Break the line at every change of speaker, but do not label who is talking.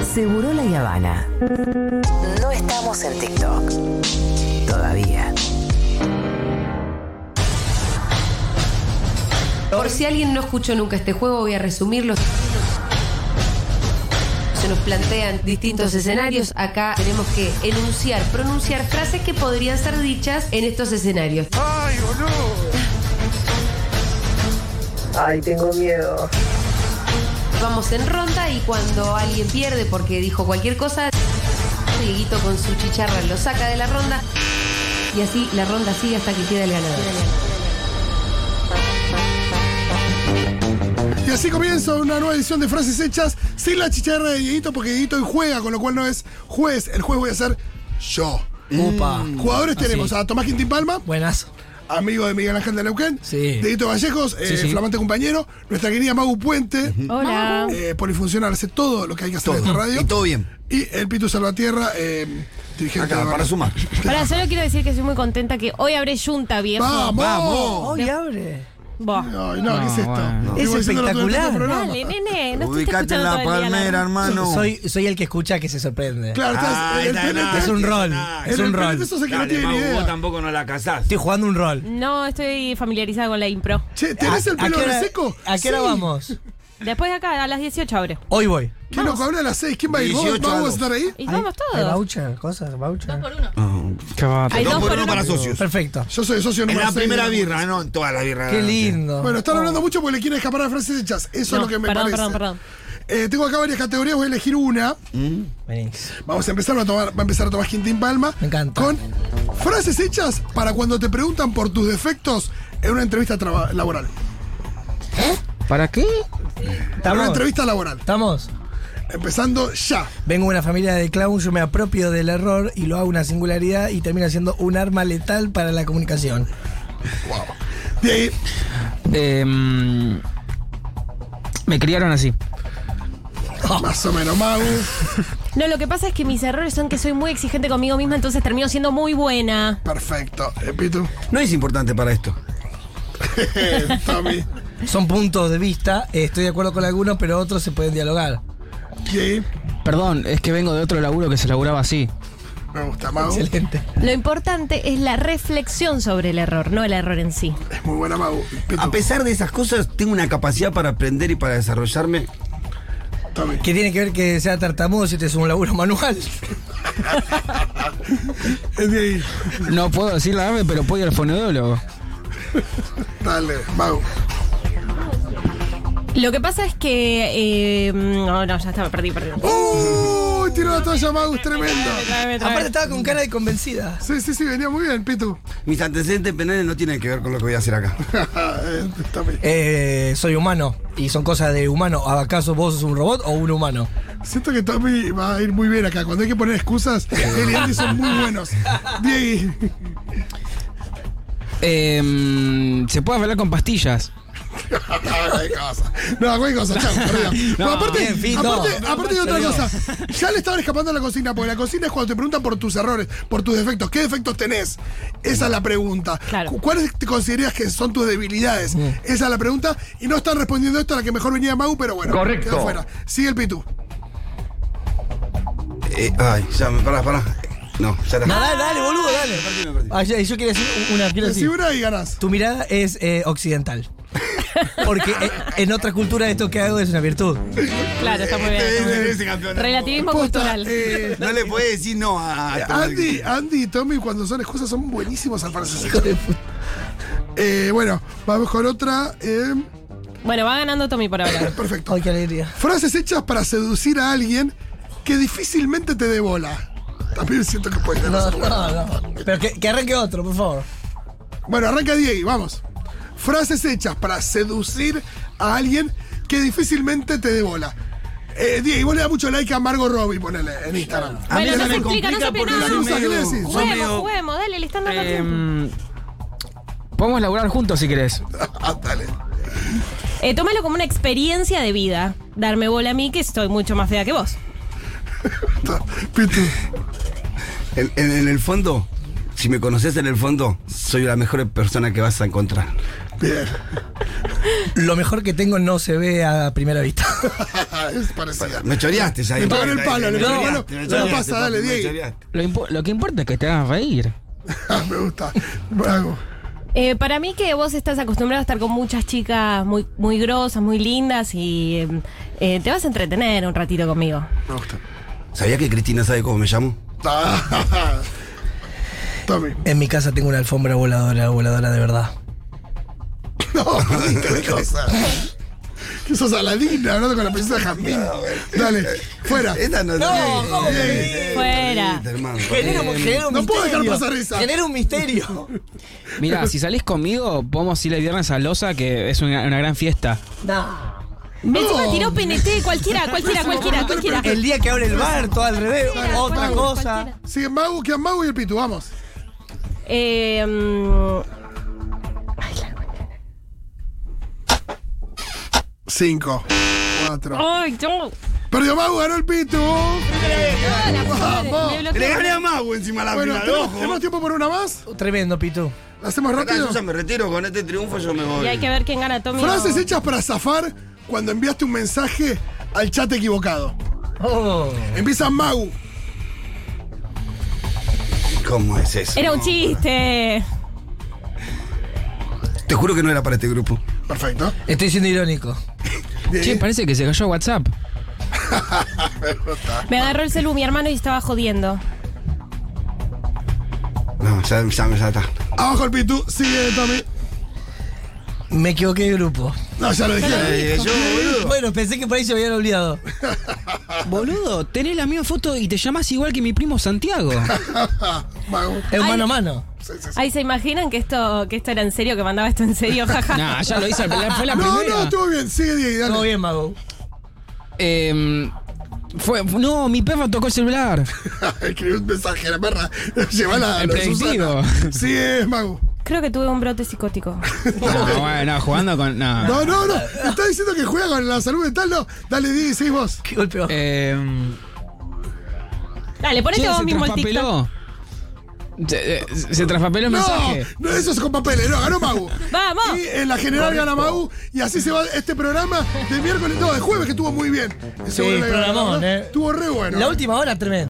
aseguró la Yavana. No estamos en TikTok. Todavía.
Por si alguien no escuchó nunca este juego, voy a resumirlo. Se nos plantean distintos escenarios. Acá tenemos que enunciar, pronunciar frases que podrían ser dichas en estos escenarios.
¡Ay, boludo!
Ay, tengo miedo.
Vamos en ronda y cuando alguien pierde porque dijo cualquier cosa, Dieguito con su chicharra lo saca de la ronda y así la ronda sigue hasta que queda el ganador.
Y así comienza una nueva edición de frases hechas sin la chicharra de Dieguito, porque Dieguito hoy juega, con lo cual no es juez. El juez voy a ser yo.
Upa.
Jugadores
Así.
tenemos a Tomás Quintín Palma,
Buenas.
amigo de Miguel Ángel de Neuquén,
Sí.
Dieguito Vallejos, eh,
Sí, sí.
flamante compañero, nuestra querida Magu Puente,
Hola.
eh, polifuncional, hace todo lo que hay que hacer en esta radio.
Y todo bien.
Y el Pitu Salvatierra, eh, dirigente
Acá,
de
para sumar.
Para, solo quiero decir que estoy muy contenta que hoy habré yunta, viejo.
¡Vamos!
¡Vamos!
Hoy abre.
Buah.
Ay, no, ¿qué es esto?
bueno.
Llevo
Es
diciéndolo todo el
espectacular.
programa.
Dale, nene, no este estoy
Ubicate en
escuchando
la
todo el día,
palmera,
¿no?
hermano.
Soy, soy el que escucha que se sorprende.
Claro, estás,
Ah,
el
está,
PNT,
está,
Es un rol.
el
Es un
PNT,
rol.
Eso es el que no
Dale,
tiene ni
Mau, vos
idea.
tampoco no la casás.
Estoy jugando un rol.
No, estoy familiarizada con la impro.
Che, ¿tenés el
¿A- a
pelo
qué hora-
reseco?
¿A qué hora
Sí.
vamos?
Después acá, a las 18 abro.
Hoy voy.
¿Qué loco? Habla a las 6. ¿Quién va a ir? ¿Vos,
18
Mau, vas a
algo.
estar ahí?
Y vamos
¿Hay
todos.
voucher? ¿Cosas? ¿Voucher?
Hay
Dos
dos
por
por
uno
uno.
para socios.
Perfecto.
Yo soy el socio
En
número
la
seis
primera
de la
birra, no en todas las birras.
Qué lindo.
Bueno, están hablando mucho porque le quieren escapar a frases hechas. Eso es
No,
lo que me
perdón,
parece.
perdón, perdón.
Eh, tengo acá varias categorías, voy a elegir una.
Venís.
Vamos a empezar, va a, tomar- va a empezar a tomar Quintín Palma.
Me encanta.
Con frases hechas para cuando te preguntan por tus defectos en una entrevista traba- laboral.
¿Para qué?
En una
¿Estamos?
entrevista laboral.
¿Estamos?
Empezando ya.
Vengo de una familia de clown, yo me apropio del error y lo hago una singularidad y termino siendo un arma letal para la comunicación.
De ahí,
Em, me criaron así.
Oh.
más o menos, Mau.
No, lo que pasa es que mis errores son que soy muy exigente conmigo misma, entonces termino siendo muy buena.
Perfecto. Eh, Pitu.
No es importante para esto.
Eh, Tommy.
Son puntos de vista, eh, estoy de acuerdo con algunos, pero otros se pueden dialogar.
De ahí,
Perdón, es que vengo de otro laburo que se laburaba así.
me gusta, Mau.
Excelente.
Lo importante es la reflexión sobre el error, no el error en sí.
Es muy buena, Mau. Pitu,
A pesar de esas cosas, tengo una capacidad para aprender y para desarrollarme.
Tommy.
Que tiene que ver que sea tartamudo si te es un laburo manual.
Es de ahí.
No puedo decir la ave, pero puedo ir al fonodólogo.
Dale, Mau.
Lo que pasa es que. eh, no, no, ya está, me perdí, perdí.
¡Uy! Tiró la toalla, Mau. es Tremendo.
Tráeme, tráeme.
Aparte estaba con cara de convencida.
Sí, sí, sí, venía muy bien, Pitu.
Mis antecedentes penales no tienen que ver con lo que voy a hacer acá.
Eh, Tommy.
Eh, soy humano y son cosas de humano. ¿Acaso vos sos un robot o un humano?
Siento que Tommy va a ir muy bien acá. Cuando hay que poner excusas, él y Andy son muy buenos. Diego.
Em, se puede hablar con pastillas.
Ay, cosa. No, güey, cosa, chao, perdida.
No,
Pero aparte,
bien, Fito.
aparte,
No,
aparte de otra
perdió.
cosa, ya le estaban escapando a la cocina, porque la cocina es cuando te preguntan por tus errores, por tus defectos. ¿Qué defectos tenés? Esa es la pregunta.
Claro.
¿Cu- ¿Cuáles te consideras que son tus debilidades?
Mm.
Esa es la pregunta. Y no están respondiendo esto a la que mejor venía Mau, pero bueno.
Correcto.
quedó fuera. Sigue el Pitu.
Eh, ay, ya, me pará, pará. No, ya
No,
está.
dale, dale, boludo, dale.
me perdí.
Ah, ya, y yo quería decir una, quiero
Decí
decir.
una y ganás.
Tu mirada es eh, occidental. Porque eh, en otra cultura esto que hago es una virtud.
Claro, está muy bien. está muy bien.
Ese campeón.
Relativismo
Posta,
cultural.
eh,
No le puede decir no a.
Ah,
a-
Andy, Andy y Tommy cuando son excusas son buenísimos al parecer. Eh, bueno, vamos con otra. eh,
Bueno, va ganando Tommy por ahora.
perfecto.
Ay, qué alegría.
Frases hechas para seducir a alguien que difícilmente te dé bola. También siento que puede ser
No,
esa buena.
no, no. Pero que, que arranque otro, por favor.
Bueno, arranca Diego, vamos. Frases hechas para seducir a alguien que difícilmente te dé bola. Eh, Diego, vos le das mucho like a Margot Robbie, ponele, en Instagram.
A mí
Bueno,
se
no
me
se explica, no se
complica porque
explica.
soy
¿Qué le decís?
medio- soy
Juguemos,
medio-
juguemos, dale, le están dando tiempo.
Em, podemos laburar juntos si querés.
Ah, dale.
Eh, tómalo como una experiencia de vida. Darme bola a mí, que estoy mucho más fea que vos.
Pitu.
En, en- en el fondo, si me conoces en el fondo, soy la mejor persona que vas a encontrar.
Bien.
Lo mejor que tengo no se ve a primera vista.
parecida, es parecida.
Me choreaste ya. eh,
Le pegó en el
Me
palo, le pegó en el palo.
choreaste, me
No
choreaste,
pasa, dale,
me
Diego.
choreaste.
Lo, impo- lo que importa es que te hagas reír.
Me gusta. Bravo.
Eh, para mí que vos estás acostumbrado a estar con muchas chicas muy, muy grosas, muy lindas y eh, te vas a entretener un ratito conmigo.
Me gusta.
¿Sabía que Cristina sabe cómo me llamo?
Ah, Tommy.
En mi casa tengo una alfombra voladora, voladora de verdad.
No, qué cosa. Que sos Aladina, hablando con la princesa Jasmine. Dale, fuera.
Esta eh, no
No, ¿cómo
Diego,
que
Diego,
Ah.
Fuera.
hermano.
Genera, un
no puedo
misterio.
dejar pasar esa.
Genera un misterio.
Mira, si salís conmigo, podemos ir el viernes a Loza, que es una, una gran fiesta.
No.
Me Encima tiró PNT, cualquiera, cualquiera, cualquiera, cualquiera.
El día que abre el bar, todo al revés,
Cualquiera,
otra
cualquiera,
cosa.
cualquiera.
Sigue Mago, quedan Mago y el Pitu, vamos.
Eh, mm,
Cinco, cuatro.
ay, yo.
Perdió Mago, ganó el Pitu.
Me
Vamos.
Le
bloqueó.
gané a Mago encima la
Bueno,
final,
¿tenemos,
Ah, ojo.
tenemos tiempo por una más?
Tremendo, Pitu.
¿La hacemos
Acá
rápido?
yo ya me retiro con este triunfo, yo me voy.
Y hay que ver quién gana Tommy.
Frases
o-
hechas para zafar cuando enviaste un mensaje al chat equivocado.
Oh.
Empieza Magu.
¿Cómo es eso?
Era un
No.
chiste.
Te juro que no era para este grupo.
Perfecto.
Estoy siendo irónico.
Che, parece que se cayó WhatsApp.
Me agarró el celu mi hermano y estaba jodiendo.
No, ya, ya, ya está.
Abajo el Pitu, sigue Tommy.
Me equivoqué de grupo.
No, ya lo dije.
Eh, yo, boludo.
Bueno, pensé que por ahí se habían olvidado.
Boludo, tenés la misma foto y te llamas igual que mi primo Santiago.
Magu.
Es
Ay.
mano a mano.
Sí, sí, sí.
Ahí se imaginan que esto, que esto era en serio, que mandaba esto en serio, jaja.
nah, ya lo hice, la- fue la
No,
primera.
no, estuvo bien. Sigue Diego, dale.
Todo bien, Mago.
Em, fue, no, mi perro tocó el celular.
Escribí un mensaje a la perra. Llévala a
El
la
predictivo.
Susana. Sí, es Magu.
Creo que tuve un brote psicótico.
No, bueno, jugando con. No.
Ah.
No, no, no. Está diciendo que juega con la salud mental, no. Dale, Diego, seguís vos.
Qué golpe bajo.
Em,
Dale, ponete
che,
vos
se
mismo el TikTok.
traspapeló. Se, eh, se traspapeló el
No,
mensaje.
no, eso es con papeles, no, ganó Magu.
¡Vamos!
Y en la general gana Magu y así se va este programa de miércoles, no, de jueves que estuvo muy bien. Seguro que ganó,
programón,
¿no?
eh.
Estuvo re bueno.
La última hora, tremendo.